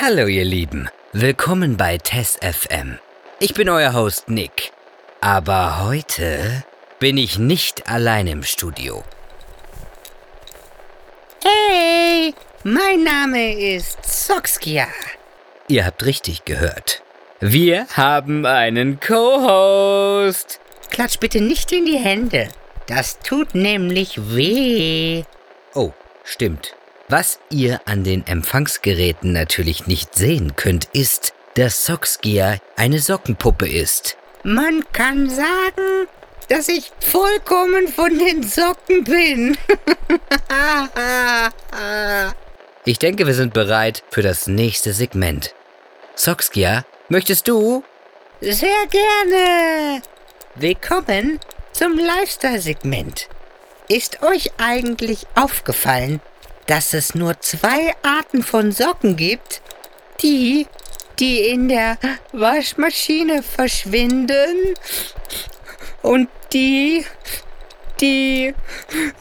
Hallo ihr Lieben, willkommen bei Tess FM. Ich bin euer Host Nick. Aber heute bin ich nicht allein im Studio. Hey, mein Name ist Soxkia. Ihr habt richtig gehört. Wir haben einen Co-Host. Klatsch bitte nicht in die Hände. Das tut nämlich weh. Oh, stimmt. Was ihr an den Empfangsgeräten natürlich nicht sehen könnt, ist, dass Soxgia eine Sockenpuppe ist. Man kann sagen, dass ich vollkommen von den Socken bin. Ich denke, wir sind bereit für das nächste Segment. Soxgia, möchtest du? Sehr gerne. Willkommen zum Lifestyle-Segment. Ist euch eigentlich aufgefallen, dass es nur zwei Arten von Socken gibt? Die, die in der Waschmaschine verschwinden und die, die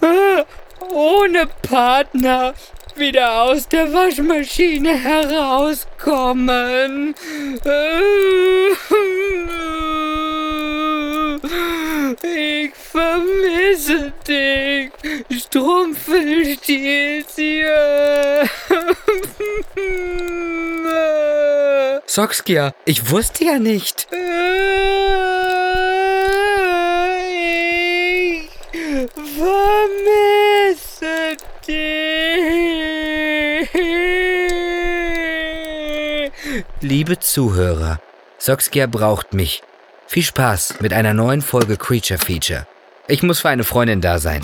äh, ohne Partner wieder aus der Waschmaschine herauskommen. Ich vermisse dich, Strumpfelstilzchen. Soxgia, ich wusste ja nicht. Ich vermisse dich. Liebe Zuhörer, Soxgia braucht mich. Viel Spaß mit einer neuen Folge Creature Feature. Ich muss für eine Freundin da sein.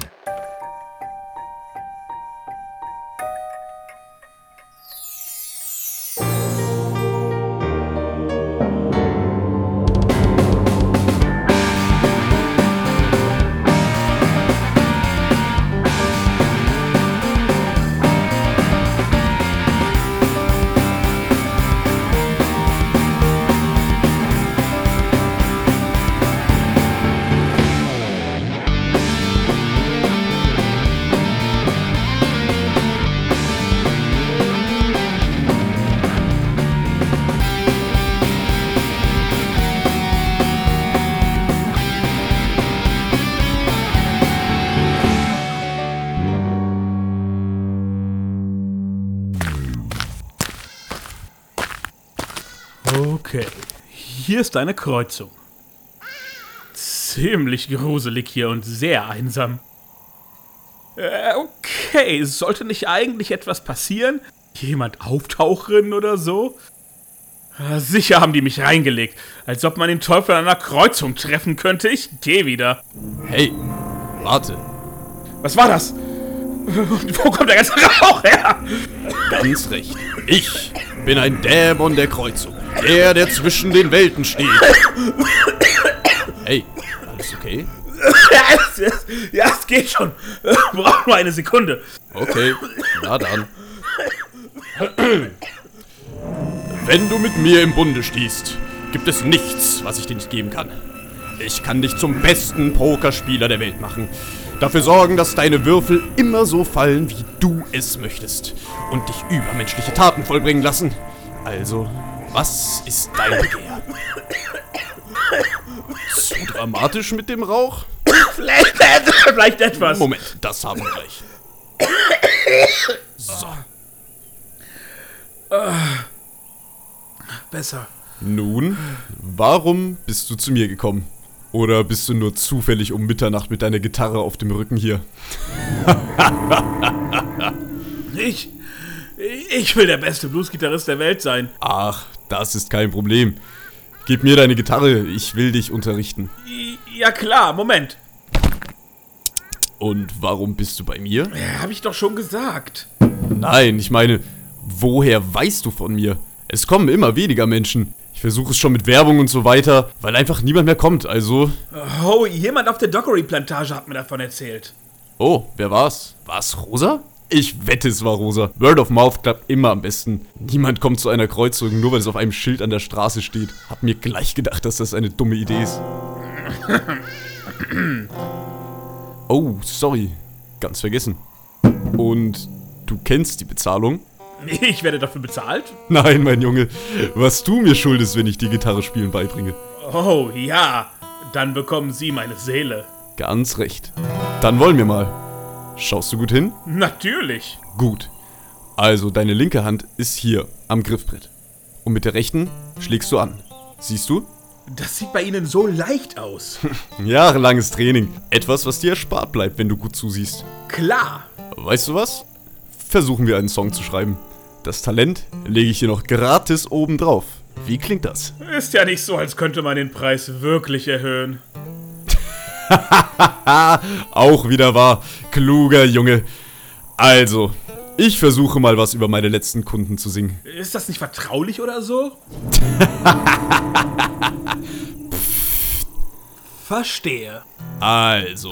Okay, hier ist eine Kreuzung. Ziemlich gruselig hier und sehr einsam. Äh, okay, sollte nicht eigentlich etwas passieren? Jemand auftauchen oder so? Ah, Sicher haben die mich reingelegt. Als ob man den Teufel an einer Kreuzung treffen könnte. Ich geh wieder. Hey, warte. Was war das? Und wo kommt der ganze Rauch her? Ganz recht. Ich bin ein Dämon der Kreuzung. Der, der zwischen den Welten steht. Hey, alles okay? Es ist- Ja, es geht schon. Braucht nur eine Sekunde. Okay, na dann. Wenn du mit mir im Bunde stehst, gibt es nichts, was ich dir nicht geben kann. Ich kann dich zum besten Pokerspieler der Welt machen. Dafür sorgen, dass deine Würfel immer so fallen, wie du es möchtest. Und dich übermenschliche Taten vollbringen lassen. Also, was ist dein Begehr? Zu dramatisch mit dem Rauch? Vielleicht, vielleicht etwas. Moment, das haben wir gleich. So, Besser. Nun, warum bist du zu mir gekommen? Oder bist du nur zufällig um Mitternacht mit deiner Gitarre auf dem Rücken hier? Ich. Ich will der beste Bluesgitarrist der Welt sein. Ach, das ist kein Problem. Gib mir deine Gitarre, ich will dich unterrichten. I- Ja klar, Moment. Und warum bist du bei mir? Ja, Hab ich doch schon gesagt. Nein, ich meine, woher weißt du von mir? Es kommen immer weniger Menschen. Ich versuche es schon mit Werbung und so weiter, weil einfach niemand mehr kommt, also. Oh, jemand auf der Dockery-Plantage hat mir davon erzählt. Oh, wer war's? War's Rosa? Ich wette, es war Rosa. Word of Mouth klappt immer am besten. Niemand kommt zu einer Kreuzung, nur weil es auf einem Schild an der Straße steht. Hab mir gleich gedacht, dass das eine dumme Idee ist. Oh, sorry. Ganz vergessen. Und du kennst die Bezahlung? Ich werde dafür bezahlt. Nein, mein Junge, was du mir schuldest, wenn ich dir Gitarre spielen beibringe. Oh ja, dann bekommen Sie meine Seele. Ganz recht. Dann wollen wir mal. Schaust du gut hin? Natürlich. Gut. Also, deine linke Hand ist hier am Griffbrett. Und mit der rechten schlägst du an. Siehst du? Das sieht bei Ihnen so leicht aus. Jahrelanges Training. Etwas, was dir erspart bleibt, wenn du gut zusiehst. Klar. Weißt du was? Versuchen wir einen Song zu schreiben. Das Talent lege ich dir noch gratis oben drauf. Wie klingt das? Ist ja nicht so, als könnte man den Preis wirklich erhöhen. Auch wieder wahr. Kluger Junge. Also, ich versuche mal was über meine letzten Kunden zu singen. Ist das nicht vertraulich oder so? Verstehe. Also.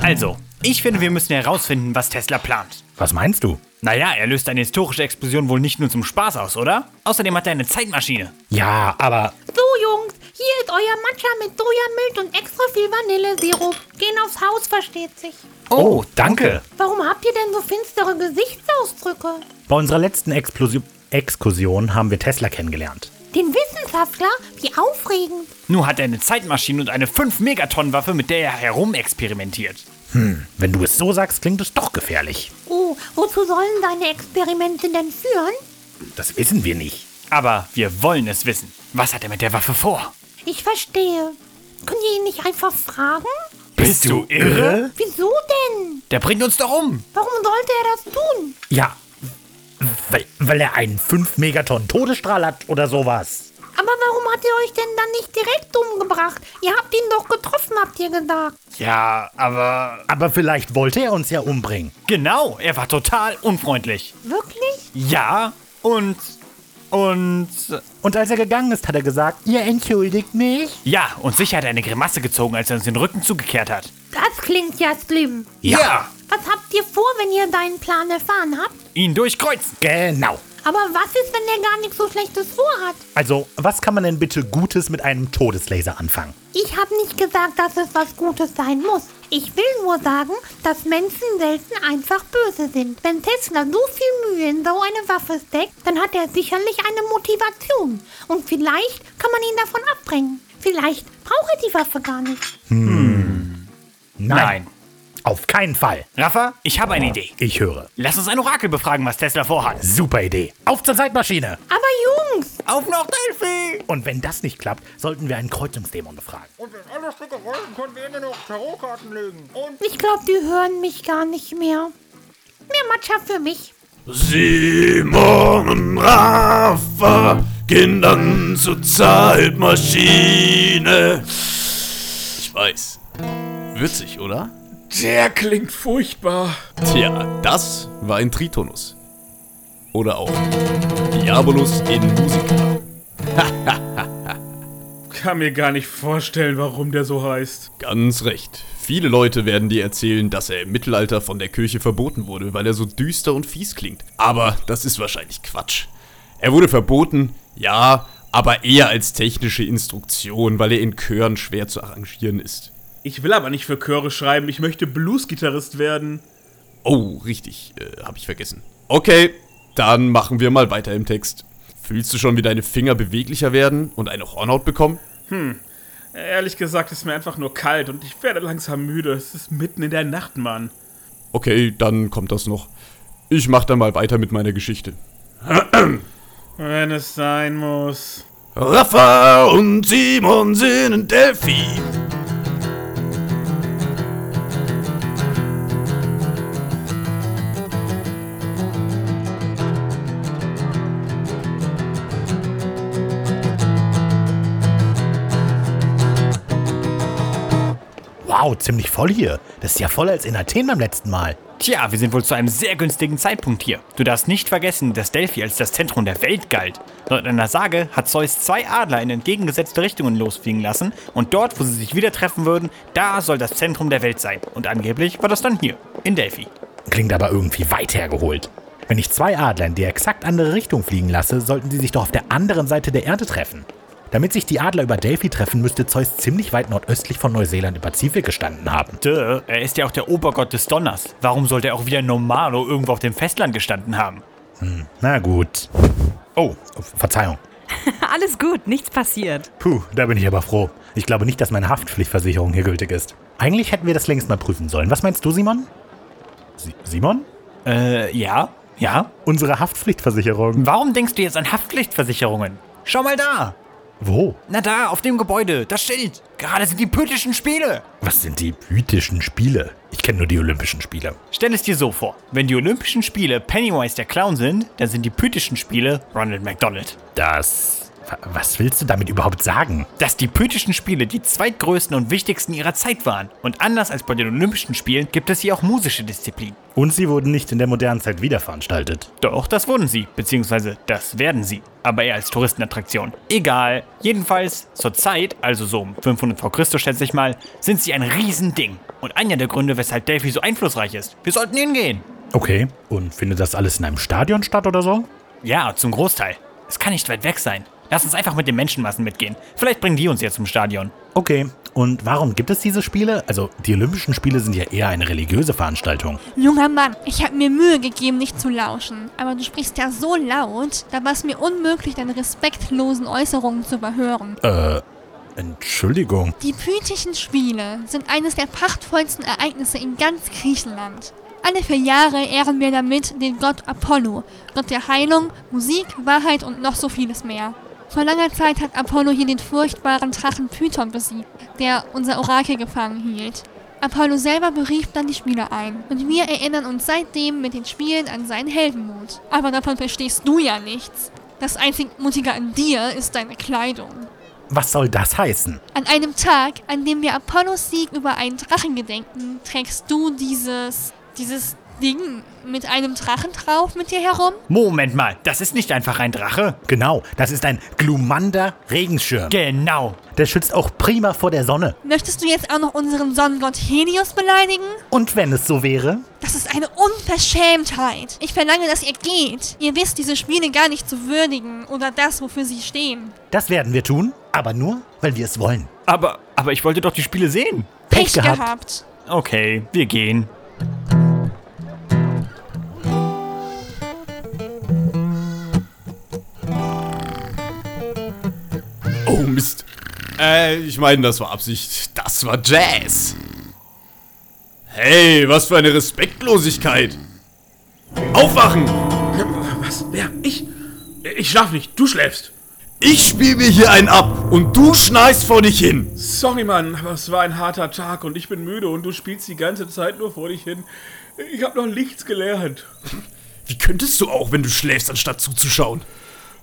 Also, ich finde, wir müssen herausfinden, was Tesla plant. Was meinst du? Naja, er löst eine historische Explosion wohl nicht nur zum Spaß aus, oder? Außerdem hat er eine Zeitmaschine. Ja, aber So Jungs, hier ist euer Matcha mit Sojamilch und extra viel Vanillesirup. Gehen aufs Haus, versteht sich. Oh, danke. Warum habt ihr denn so finstere Gesichtsausdrücke? Bei unserer letzten Explosi Exkursion haben wir Tesla kennengelernt. Den Wissenschaftler? Wie aufregend. Nur hat er eine Zeitmaschine und eine 5-Megatonnen-Waffe, mit der er herumexperimentiert. Hm, Wenn du es so sagst, klingt es doch gefährlich. Oh, wozu sollen seine Experimente denn führen? Das wissen wir nicht. Aber wir wollen es wissen. Was hat er mit der Waffe vor? Ich verstehe. Könnt ihr ihn nicht einfach fragen? Bist du irre? Wieso denn? Der bringt uns doch um. Warum sollte er das tun? Ja, weil, weil er einen 5 Megatonnen Todesstrahl hat oder sowas. Aber warum hat er euch denn dann nicht direkt umgebracht? Ihr habt ihn doch getroffen, habt ihr gesagt. Ja, aber... Aber vielleicht wollte er uns ja umbringen. Genau, er war total unfreundlich. Wirklich? Ja, und... Und... Und als er gegangen ist, hat er gesagt, ihr entschuldigt mich. Ja, und sicher hat er eine Grimasse gezogen, als er uns den Rücken zugekehrt hat. Das klingt ja schlimm. ja. Was habt ihr vor, wenn ihr deinen Plan erfahren habt? Ihn durchkreuzen. Genau. Aber was ist, wenn er gar nichts so Schlechtes vorhat? Also, was kann man denn bitte Gutes mit einem Todeslaser anfangen? Ich habe nicht gesagt, dass es was Gutes sein muss. Ich will nur sagen, dass Menschen selten einfach böse sind. Wenn Tesla so viel Mühe in so eine Waffe steckt, dann hat er sicherlich eine Motivation. Und vielleicht kann man ihn davon abbringen. Vielleicht braucht er die Waffe gar nicht. Nein. Auf keinen Fall. Rafa, ich habe eine Idee. Ich höre. Lass uns ein Orakel befragen, was Tesla vorhat. Super Idee. Auf zur Zeitmaschine. Aber Jungs, Auf nach Delphi! Und wenn das nicht klappt, sollten wir einen Kreuzungsdämon befragen. ich glaube, die hören mich gar nicht mehr. Mehr Matcha für mich. Simon und Rafa gehen dann zur Zeitmaschine. Ich weiß. Witzig, oder? Der klingt furchtbar. Tja, das war ein Tritonus. Oder auch Diabolus in Musica. Kann mir gar nicht vorstellen, warum der so heißt. Ganz recht. Viele Leute werden dir erzählen, dass er im Mittelalter von der Kirche verboten wurde, weil er so düster und fies klingt. Aber das ist wahrscheinlich Quatsch. Er wurde verboten, ja, aber eher als technische Instruktion, weil er in Chören schwer zu arrangieren ist. Ich will aber nicht für Chöre schreiben, ich möchte Blues-Gitarrist werden. Oh, richtig, äh, habe ich vergessen. Okay, dann machen wir mal weiter im Text. Fühlst du schon, wie deine Finger beweglicher werden und eine Hornhaut bekommen? Ehrlich gesagt ist mir einfach nur kalt und ich werde langsam müde. Es ist mitten in der Nacht, Mann. Okay, dann kommt das noch. Ich mach dann mal weiter mit meiner Geschichte. Wenn es sein muss. Rafa und Simon sind in Delphi. Wow, ziemlich voll hier. Das ist ja voller als in Athen beim letzten Mal. Tja, wir sind wohl zu einem sehr günstigen Zeitpunkt hier. Du darfst nicht vergessen, dass Delphi als das Zentrum der Welt galt. Laut einer Sage hat Zeus zwei Adler in entgegengesetzte Richtungen losfliegen lassen und dort, wo sie sich wieder treffen würden, da soll das Zentrum der Welt sein. Und angeblich war das dann hier, in Delphi. Klingt aber irgendwie weit hergeholt. Wenn ich zwei Adler in die exakt andere Richtung fliegen lasse, sollten sie sich doch auf der anderen Seite der Erde treffen. Damit sich die Adler über Delphi treffen, müsste Zeus ziemlich weit nordöstlich von Neuseeland im Pazifik gestanden haben. Duh, er ist ja auch der Obergott des Donners. Warum sollte er auch wieder Normalo irgendwo auf dem Festland gestanden haben? Na gut. Oh, Verzeihung. Alles gut, nichts passiert. Puh, da bin ich aber froh. Ich glaube nicht, dass meine Haftpflichtversicherung hier gültig ist. Eigentlich hätten wir das längst mal prüfen sollen. Was meinst du, Simon? Si Simon? Äh, ja, ja. Unsere Haftpflichtversicherung. Warum denkst du jetzt an Haftpflichtversicherungen? Schau mal da. Wo? Na da, auf dem Gebäude, das Schild. Gerade sind die pythischen Spiele. Was sind die pythischen Spiele? Ich kenne nur die Olympischen Spiele. Stell es dir so vor, wenn die Olympischen Spiele Pennywise der Clown sind, dann sind die pythischen Spiele Ronald McDonald. Das. wa- Was willst du damit überhaupt sagen? Dass die pythischen Spiele die zweitgrößten und wichtigsten ihrer Zeit waren. Und anders als bei den Olympischen Spielen gibt es hier auch musische Disziplinen. Und sie wurden nicht in der modernen Zeit wieder veranstaltet. Doch, das wurden sie, beziehungsweise das werden sie, aber eher als Touristenattraktion. Egal, jedenfalls zur Zeit, also so um 500 vor Christus schätze ich mal, sind sie ein Riesending. Und einer der Gründe, weshalb Delphi so einflussreich ist. Wir sollten hingehen. Okay. Und findet das alles in einem Stadion statt oder so? Ja, zum Großteil. Es kann nicht weit weg sein. Lass uns einfach mit den Menschenmassen mitgehen. Vielleicht bringen die uns ja zum Stadion. Okay. Und warum gibt es diese Spiele? Also, die Olympischen Spiele sind ja eher eine religiöse Veranstaltung. Junger Mann, ich habe mir Mühe gegeben, nicht zu lauschen. Aber du sprichst ja so laut, da war es mir unmöglich, deine respektlosen Äußerungen zu überhören. Entschuldigung. Die Pythischen Spiele sind eines der prachtvollsten Ereignisse in ganz Griechenland. Alle vier Jahre ehren wir damit den Gott Apollo, Gott der Heilung, Musik, Wahrheit und noch so vieles mehr. Vor langer Zeit hat Apollo hier den furchtbaren Drachen Python besiegt, der unser Orakel gefangen hielt. Apollo selber berief dann die Spiele ein und wir erinnern uns seitdem mit den Spielen an seinen Heldenmut. Aber davon verstehst du ja nichts. Das einzig Mutige an dir ist deine Kleidung. Was soll das heißen? An einem Tag, an dem wir Apollos Sieg über einen Drachen gedenken, trägst du dieses, dieses Ding mit einem Drachen drauf mit dir herum? Moment mal, das ist nicht einfach ein Drache. Genau, das ist ein glumander Regenschirm. Genau. Der schützt auch prima vor der Sonne. Möchtest du jetzt auch noch unseren Sonnengott Helios beleidigen? Und wenn es so wäre? Das ist eine Unverschämtheit. Ich verlange, dass ihr geht. Ihr wisst diese Spiele gar nicht zu würdigen oder das, wofür sie stehen. Das werden wir tun, aber nur, weil wir es wollen. Aber, aber ich wollte doch die Spiele sehen. Pech gehabt. gehabt. Okay, wir gehen. Oh Mist. Äh, ich meine, das war Absicht. Das war Jazz. Hey, was für eine Respektlosigkeit. Aufwachen! Was? Wer? Ich? Ich schlaf nicht, du schläfst. Ich spiel mir hier einen ab und du schnarchst vor dich hin. Sorry, Mann, aber es war ein harter Tag und ich bin müde und du spielst die ganze Zeit nur vor dich hin. Ich habe noch nichts gelernt. Wie könntest du auch, wenn du schläfst, anstatt zuzuschauen?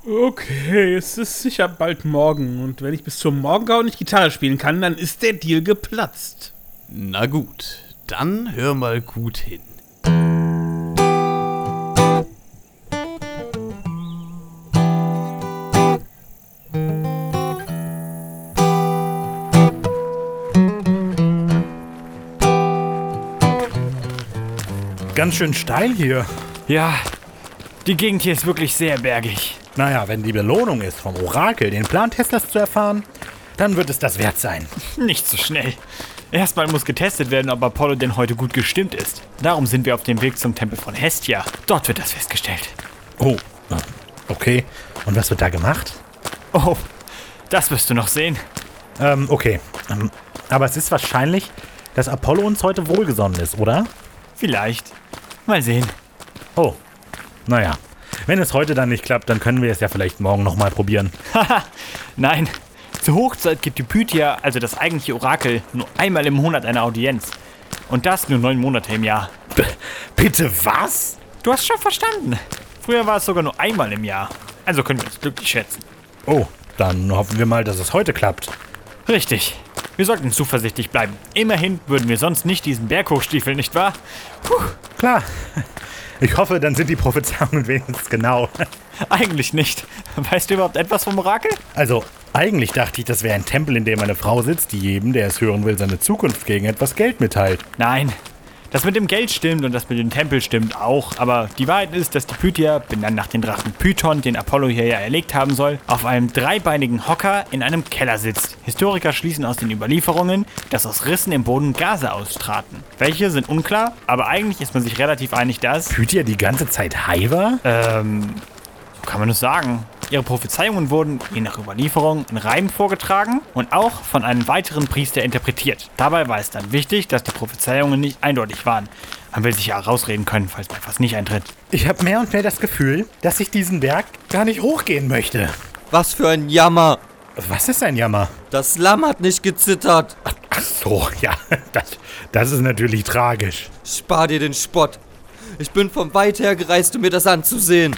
Okay, es ist sicher bald morgen und wenn ich bis zum Morgengau nicht Gitarre spielen kann, dann ist der Deal geplatzt. Na gut, dann hör mal gut hin. Ganz schön steil hier. Ja, die Gegend hier ist wirklich sehr bergig. Naja, wenn die Belohnung ist, vom Orakel den Plan Teslas zu erfahren, dann wird es das wert sein. Nicht so schnell. Erstmal muss getestet werden, ob Apollo denn heute gut gestimmt ist. Darum sind wir auf dem Weg zum Tempel von Hestia. Dort wird das festgestellt. Oh, okay. Und was wird da gemacht? Oh, das wirst du noch sehen. Ähm, okay. Ähm, aber es ist wahrscheinlich, dass Apollo uns heute wohlgesonnen ist, oder? Vielleicht. Mal sehen. Oh, naja. Wenn es heute dann nicht klappt, dann können wir es ja vielleicht morgen nochmal probieren. Nein, zur Hochzeit gibt die Pythia, also das eigentliche Orakel, nur einmal im Monat eine Audienz. Und das nur neun Monate im Jahr. Bitte was? Du hast schon verstanden. Früher war es sogar nur einmal im Jahr. Also können wir uns glücklich schätzen. Oh, dann hoffen wir mal, dass es heute klappt. Richtig. Wir sollten zuversichtlich bleiben. Immerhin würden wir sonst nicht diesen Berg hochstiefeln, nicht wahr? Klar. Ich hoffe, dann sind die Prophezeiungen wenigstens genau. Eigentlich nicht. Weißt du überhaupt etwas vom Orakel? Also, eigentlich dachte ich, das wäre ein Tempel, in dem eine Frau sitzt, die jedem, der es hören will, seine Zukunft gegen etwas Geld mitteilt. Nein. Das mit dem Geld stimmt und das mit dem Tempel stimmt auch, aber die Wahrheit ist, dass die Pythia, benannt nach dem Drachen Python, den Apollo hier ja erlegt haben soll, auf einem dreibeinigen Hocker in einem Keller sitzt. Historiker schließen aus den Überlieferungen, dass aus Rissen im Boden Gase austraten. Welche sind unklar, aber eigentlich ist man sich relativ einig, dass Pythia die ganze Zeit high war? kann man es sagen. Ihre Prophezeiungen wurden, je nach Überlieferung, in Reimen vorgetragen und auch von einem weiteren Priester interpretiert. Dabei war es dann wichtig, dass die Prophezeiungen nicht eindeutig waren. Man will sich ja rausreden können, falls man etwas nicht eintritt. Ich habe mehr und mehr das Gefühl, dass ich diesen Berg gar nicht hochgehen möchte. Was für ein Jammer. Was ist ein Jammer? Das Lamm hat nicht gezittert. Ach so, ja, das, das ist natürlich tragisch. Spar dir den Spott. Ich bin von weit her gereist, um mir das anzusehen.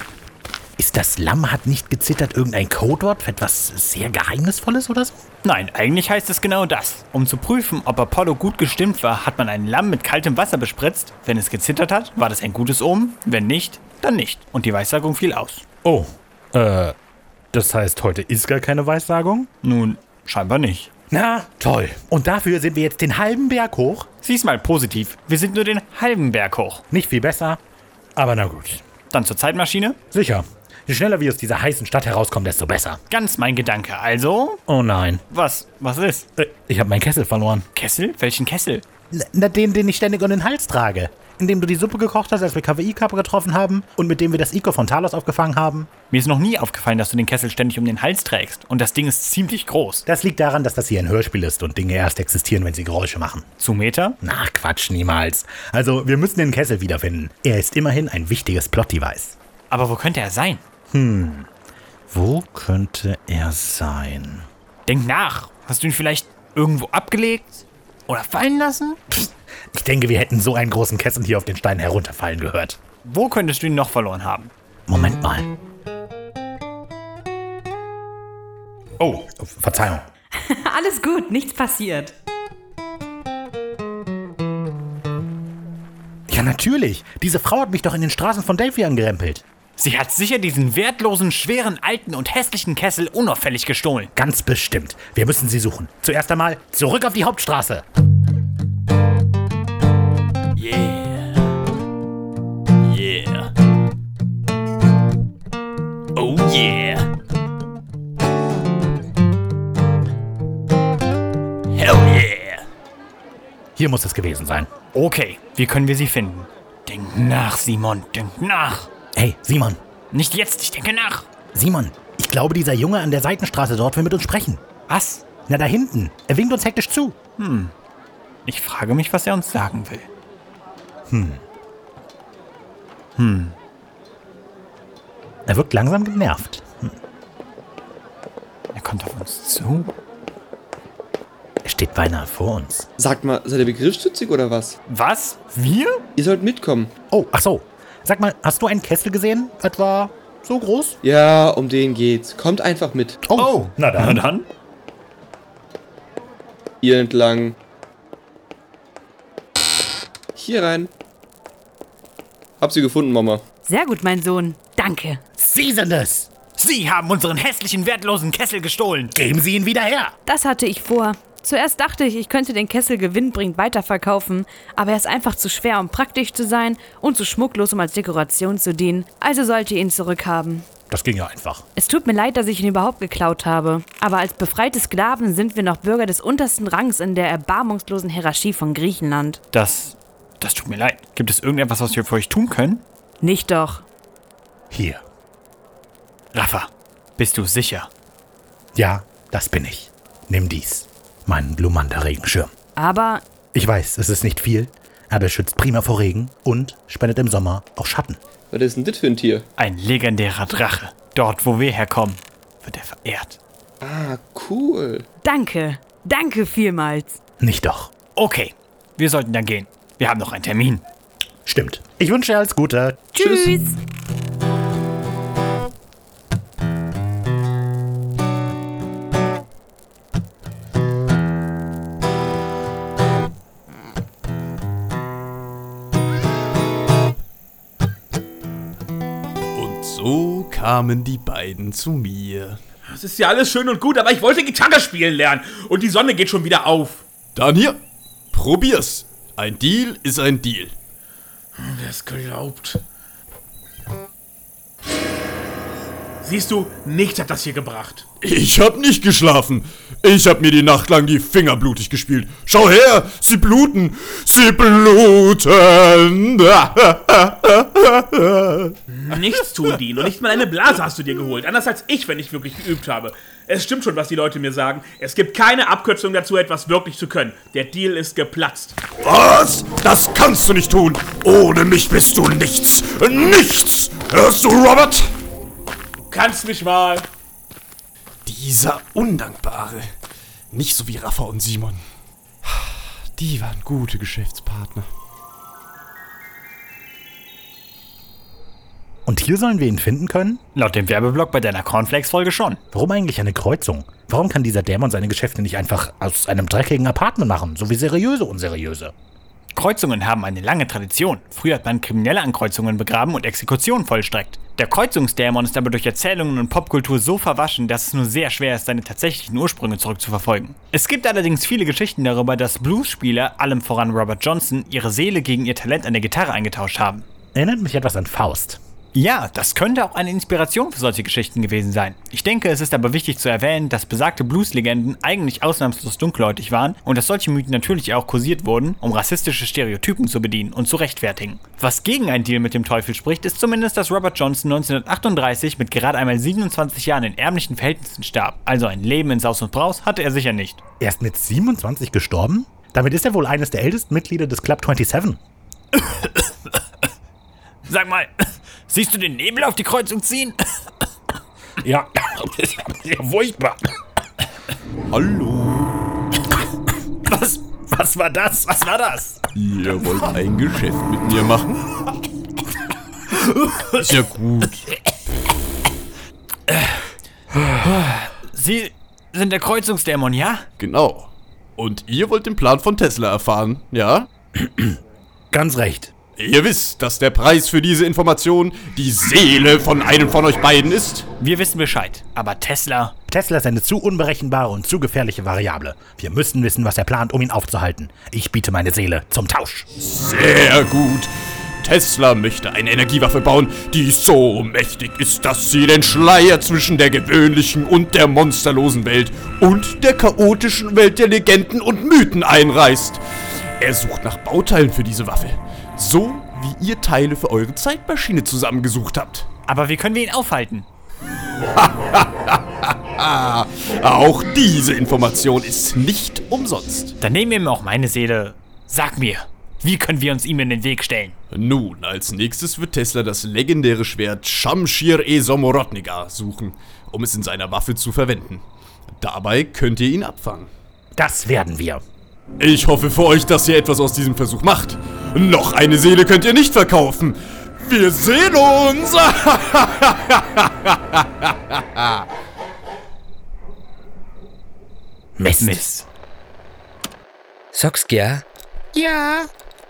Ist das Lamm hat nicht gezittert irgendein Codewort für etwas sehr Geheimnisvolles oder so? Nein, eigentlich heißt es genau das. Um zu prüfen, ob Apollo gut gestimmt war, hat man ein Lamm mit kaltem Wasser bespritzt. Wenn es gezittert hat, war das ein gutes Omen. Wenn nicht, dann nicht. Und die Weissagung fiel aus. Oh, äh, das heißt, heute ist gar keine Weissagung? Nun, scheinbar nicht. Na, toll. Und dafür sind wir jetzt den halben Berg hoch? Sieh's mal positiv. Wir sind nur den halben Berg hoch. Nicht viel besser, aber na gut. Dann zur Zeitmaschine. Sicher. Je schneller wir aus dieser heißen Stadt herauskommen, desto besser. Ganz mein Gedanke. Also, Oh nein. was? Was ist? Äh, Ich habe meinen Kessel verloren. Kessel? Welchen Kessel? Na, den, den ich ständig um den Hals trage. Indem du die Suppe gekocht hast, als wir KWI-Kappe getroffen haben und mit dem wir das Ico von Talos aufgefangen haben. Mir ist noch nie aufgefallen, dass du den Kessel ständig um den Hals trägst. Und das Ding ist ziemlich groß. Das liegt daran, dass das hier ein Hörspiel ist und Dinge erst existieren, wenn sie Geräusche machen. Zu Meter? Na, Quatsch, niemals. Also, wir müssen den Kessel wiederfinden. Er ist immerhin ein wichtiges Plot-Device. Aber wo könnte er sein? Wo könnte er sein? Denk nach. Hast du ihn vielleicht irgendwo abgelegt? Oder fallen lassen? Ich denke, wir hätten so einen großen Kessel hier auf den Stein herunterfallen gehört. Wo könntest du ihn noch verloren haben? Moment mal. Oh, Verzeihung. Alles gut, nichts passiert. Ja, natürlich. Diese Frau hat mich doch in den Straßen von Delphi angerempelt. Sie hat sicher diesen wertlosen, schweren, alten und hässlichen Kessel unauffällig gestohlen. Ganz bestimmt. Wir müssen sie suchen. Zuerst einmal zurück auf die Hauptstraße. Yeah. Oh yeah. Hell yeah. Hier muss es gewesen sein. Okay, wie können wir sie finden? Denk nach, Simon, denk nach. Hey, Simon. Nicht jetzt, ich denke nach. Simon, ich glaube, dieser Junge an der Seitenstraße dort will mit uns sprechen. Was? Na, da hinten. Er winkt uns hektisch zu. Ich frage mich, was er uns sagen will. Er wirkt langsam genervt. Er kommt auf uns zu. Er steht beinahe vor uns. Sagt mal, seid ihr begriffsstützig oder was? Was? Wir? Ihr sollt mitkommen. Oh, ach so. Sag mal, hast du einen Kessel gesehen? Etwa so groß? Ja, um den geht's. Kommt einfach mit. Oh, na dann. dann? Ihr entlang. Hier rein. Hab sie gefunden, Mama. Sehr gut, mein Sohn. Danke. Sie sind es. Sie haben unseren hässlichen, wertlosen Kessel gestohlen. Geben Sie ihn wieder her. Das hatte ich vor. Zuerst dachte ich, ich könnte den Kessel gewinnbringend weiterverkaufen, aber er ist einfach zu schwer, um praktisch zu sein und zu schmucklos, um als Dekoration zu dienen. Also sollt ihr ihn zurückhaben. Das ging ja einfach. Es tut mir leid, dass ich ihn überhaupt geklaut habe, aber als befreite Sklaven sind wir noch Bürger des untersten Rangs in der erbarmungslosen Hierarchie von Griechenland. Das. Das tut mir leid. Gibt es irgendetwas, was wir für euch tun können? Nicht doch. Hier. Rafa, bist du sicher? Ja, das bin ich. Nimm dies. Meinen Blumanda Regenschirm. Aber Ich weiß, es ist nicht viel, aber er schützt prima vor Regen und spendet im Sommer auch Schatten. Was ist denn das für ein Tier? Ein legendärer Drache. Dort, wo wir herkommen, wird er verehrt. Ah, cool. danke. Danke vielmals. Nicht doch. Okay, wir sollten dann gehen. Wir haben noch einen Termin. Stimmt. Ich wünsche dir alles Gute. Tschüss. Und so kamen die beiden zu mir. Das ist ja alles schön und gut, aber ich wollte Gitarre spielen lernen und die Sonne geht schon wieder auf. Dann hier, probier's. Ein Deal ist ein Deal. Wer es glaubt. Siehst du, nichts hat das hier gebracht. Ich hab nicht geschlafen. Ich hab mir die Nacht lang die Finger blutig gespielt. Schau her, sie bluten. Sie bluten. Nichts tun, Dean. Und nicht mal eine Blase hast du dir geholt. Anders als ich, wenn ich wirklich geübt habe. Es stimmt schon, was die Leute mir sagen. Es gibt keine Abkürzung dazu, etwas wirklich zu können. Der Deal ist geplatzt. Was? Das kannst du nicht tun. Ohne mich bist du nichts. Nichts. Hörst du, Robert? Kannst mich mal. Dieser Undankbare. Nicht so wie Rafa und Simon. Die waren gute Geschäftspartner. Und hier sollen wir ihn finden können? Laut dem Werbeblock bei deiner Cornflakes-Folge schon. Warum eigentlich eine Kreuzung? Warum kann dieser Dämon seine Geschäfte nicht einfach aus einem dreckigen Apartment machen, so wie seriöse unseriöse? Kreuzungen haben eine lange Tradition. Früher hat man Kriminelle an Kreuzungen begraben und Exekutionen vollstreckt. Der Kreuzungsdämon ist aber durch Erzählungen und Popkultur so verwaschen, dass es nur sehr schwer ist, seine tatsächlichen Ursprünge zurückzuverfolgen. Es gibt allerdings viele Geschichten darüber, dass Blues-Spieler, allem voran Robert Johnson, ihre Seele gegen ihr Talent an der Gitarre eingetauscht haben. Erinnert mich etwas an Faust. Ja, das könnte auch eine Inspiration für solche Geschichten gewesen sein. Ich denke, es ist aber wichtig zu erwähnen, dass besagte Blues-Legenden eigentlich ausnahmslos dunkelhäutig waren und dass solche Mythen natürlich auch kursiert wurden, um rassistische Stereotypen zu bedienen und zu rechtfertigen. Was gegen einen Deal mit dem Teufel spricht, ist zumindest, dass Robert Johnson 1938 mit gerade einmal 27 Jahren in ärmlichen Verhältnissen starb. Also ein Leben in Saus und Braus hatte er sicher nicht. Er ist mit 27 gestorben? Damit ist er wohl eines der ältesten Mitglieder des Club 27. Sag mal, siehst du den Nebel auf die Kreuzung ziehen? Ja, das ist ja furchtbar. Hallo. Was, was war das? Was war das? Ihr wollt ein Geschäft mit mir machen? Ist ja gut. Sie sind der Kreuzungsdämon, ja? Genau. Und ihr wollt den Plan von Tesla erfahren, ja? Ganz recht. Ihr wisst, dass der Preis für diese Information die Seele von einem von euch beiden ist? Wir wissen Bescheid, aber Tesla. Tesla ist eine zu unberechenbare und zu gefährliche Variable. Wir müssen wissen, was er plant, um ihn aufzuhalten. Ich biete meine Seele zum Tausch. Sehr gut. Tesla möchte eine Energiewaffe bauen, die so mächtig ist, dass sie den Schleier zwischen der gewöhnlichen und der monsterlosen Welt und der chaotischen Welt der Legenden und Mythen einreißt. Er sucht nach Bauteilen für diese Waffe. So wie ihr Teile für eure Zeitmaschine zusammengesucht habt. Aber wie können wir ihn aufhalten? Ah, auch diese Information ist nicht umsonst. Dann nehmen wir ihm auch meine Seele. Sag mir, wie können wir uns ihm in den Weg stellen? Nun, als nächstes wird Tesla das legendäre Schwert Shamshir e Somorotniga suchen, um es in seiner Waffe zu verwenden. Dabei könnt ihr ihn abfangen. Das werden wir. Ich hoffe für euch, dass ihr etwas aus diesem Versuch macht. Noch eine Seele könnt ihr nicht verkaufen. Wir sehen uns. Mist. Mist. Soxkia, Ja,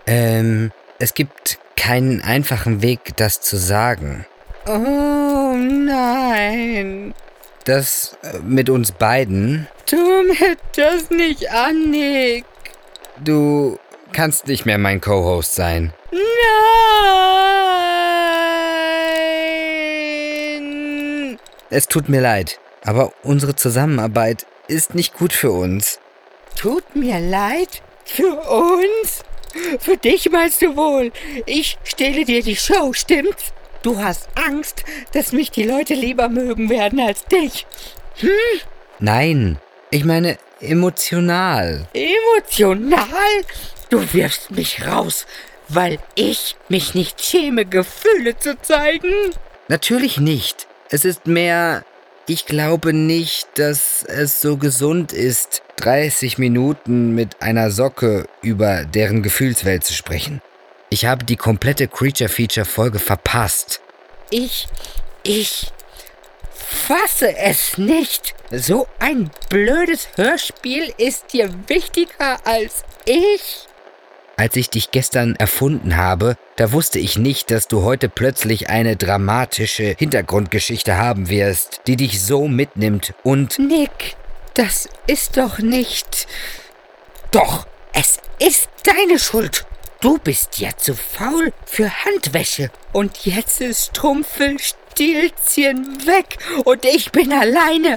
ähm, es gibt keinen einfachen Weg, das zu sagen. oh nein. Das äh, mit uns beiden, Tu mir das nicht an, Nick. du kannst nicht mehr mein Co-Host sein. Nein. Es tut mir leid, aber unsere Zusammenarbeit ist nicht gut für uns. Tut mir leid. Für uns? Für dich meinst du wohl? Ich stehle dir die Show, stimmt's? Du hast Angst, dass mich die Leute lieber mögen werden als dich. Hm? Nein, ich meine emotional. Emotional? Du wirfst mich raus, weil ich mich nicht schäme, Gefühle zu zeigen. Natürlich nicht. Es ist mehr, ich glaube nicht, dass es so gesund ist, 30 Minuten mit einer Socke über deren Gefühlswelt zu sprechen. Ich habe die komplette Creature Feature Folge verpasst. Ich, ich fasse es nicht. So ein blödes Hörspiel ist dir wichtiger als ich. Als ich dich gestern erfunden habe, da wusste ich nicht, dass du heute plötzlich eine dramatische Hintergrundgeschichte haben wirst, die dich so mitnimmt und Nick, das ist doch nicht. Doch, Es ist deine Schuld. Du bist ja zu faul für Handwäsche. Und jetzt ist Strumpfelstilzchen weg und ich bin alleine.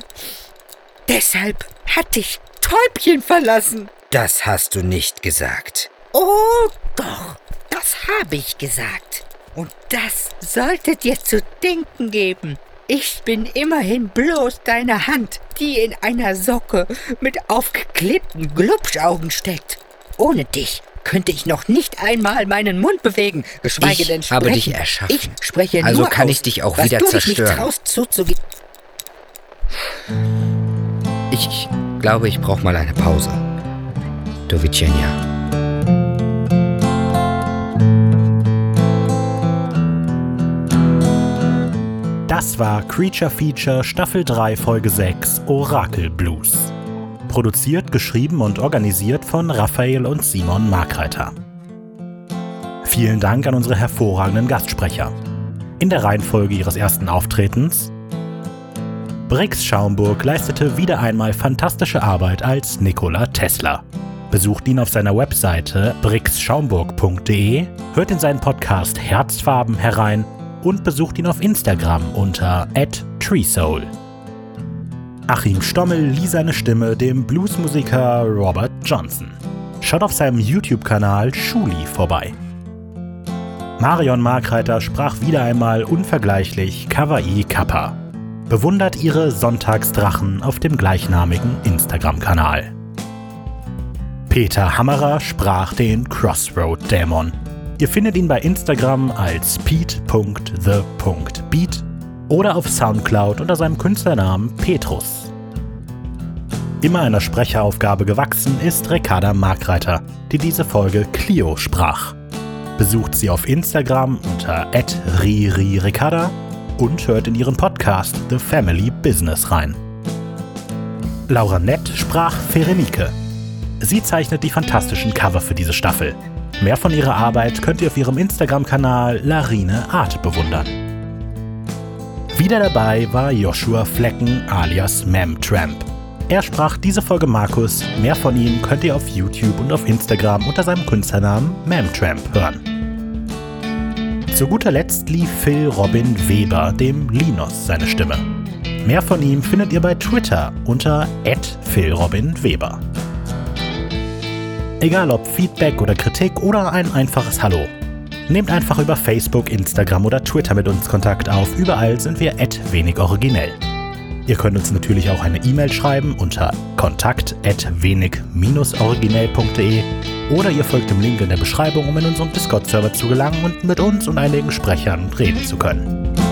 Deshalb hat dich Täubchen verlassen. Das hast du nicht gesagt. Oh doch, das habe ich gesagt. Und das sollte dir zu denken geben. Ich bin immerhin bloß deine Hand, die in einer Socke mit aufgeklebten Glubschaugen steckt. Ohne dich könnte ich noch nicht einmal meinen Mund bewegen, geschweige Ich denn sprechen. habe dich erschaffen. Ich spreche Also nur kann aus, ich dich auch was wieder du Dich zerstören. nicht traust, zuzugeben. Ich glaube, ich brauche mal eine Pause. Do Vicenia. Das war Creature Feature Staffel 3 Folge 6 Orakel Blues. Produziert, geschrieben und organisiert von Raphael und Simon Markreiter. Vielen Dank an unsere hervorragenden Gastsprecher. In der Reihenfolge ihres ersten Auftretens Brix Schaumburg leistete wieder einmal fantastische Arbeit als Nikola Tesla. Besucht ihn auf seiner Webseite brixschaumburg.de, hört in seinen Podcast Herzfarben herein und besucht ihn auf Instagram unter @treesoul. Achim Stommel lieh seine Stimme dem Bluesmusiker Robert Johnson. Schaut auf seinem YouTube-Kanal Schuli vorbei. Marion Markreiter sprach wieder einmal unvergleichlich Kawaii Kappa. Bewundert ihre Sonntagsdrachen auf dem gleichnamigen Instagram-Kanal. Peter Hammerer sprach den Crossroad-Dämon. Ihr findet ihn bei Instagram als pete.the.beat oder auf Soundcloud unter seinem Künstlernamen Petrus. Immer einer Sprecheraufgabe gewachsen ist Ricarda Markreiter, die diese Folge Clio sprach. Besucht sie auf Instagram unter @ririricarda und hört in ihren Podcast The Family Business rein. Laura Nett sprach Ferenike. Sie zeichnet die fantastischen Cover für diese Staffel. Mehr von ihrer Arbeit könnt ihr auf ihrem Instagram-Kanal Larine Art bewundern. Wieder dabei war Joshua Flecken alias Memtramp. Er sprach diese Folge Markus. Mehr von ihm könnt ihr auf YouTube und auf Instagram unter seinem Künstlernamen Memtramp hören. Zu guter Letzt lieh Phil Robin Weber dem Linus seine Stimme. Mehr von ihm findet ihr bei Twitter unter @philrobinweber. Egal ob Feedback oder Kritik oder ein einfaches Hallo. Nehmt einfach über Facebook, Instagram oder Twitter mit uns Kontakt auf. Überall sind wir wenig originell. Ihr könnt uns natürlich auch eine E-Mail schreiben unter kontakt wenig-originell.de oder ihr folgt dem Link in der Beschreibung, um in unseren Discord-Server zu gelangen und mit uns und einigen Sprechern reden zu können.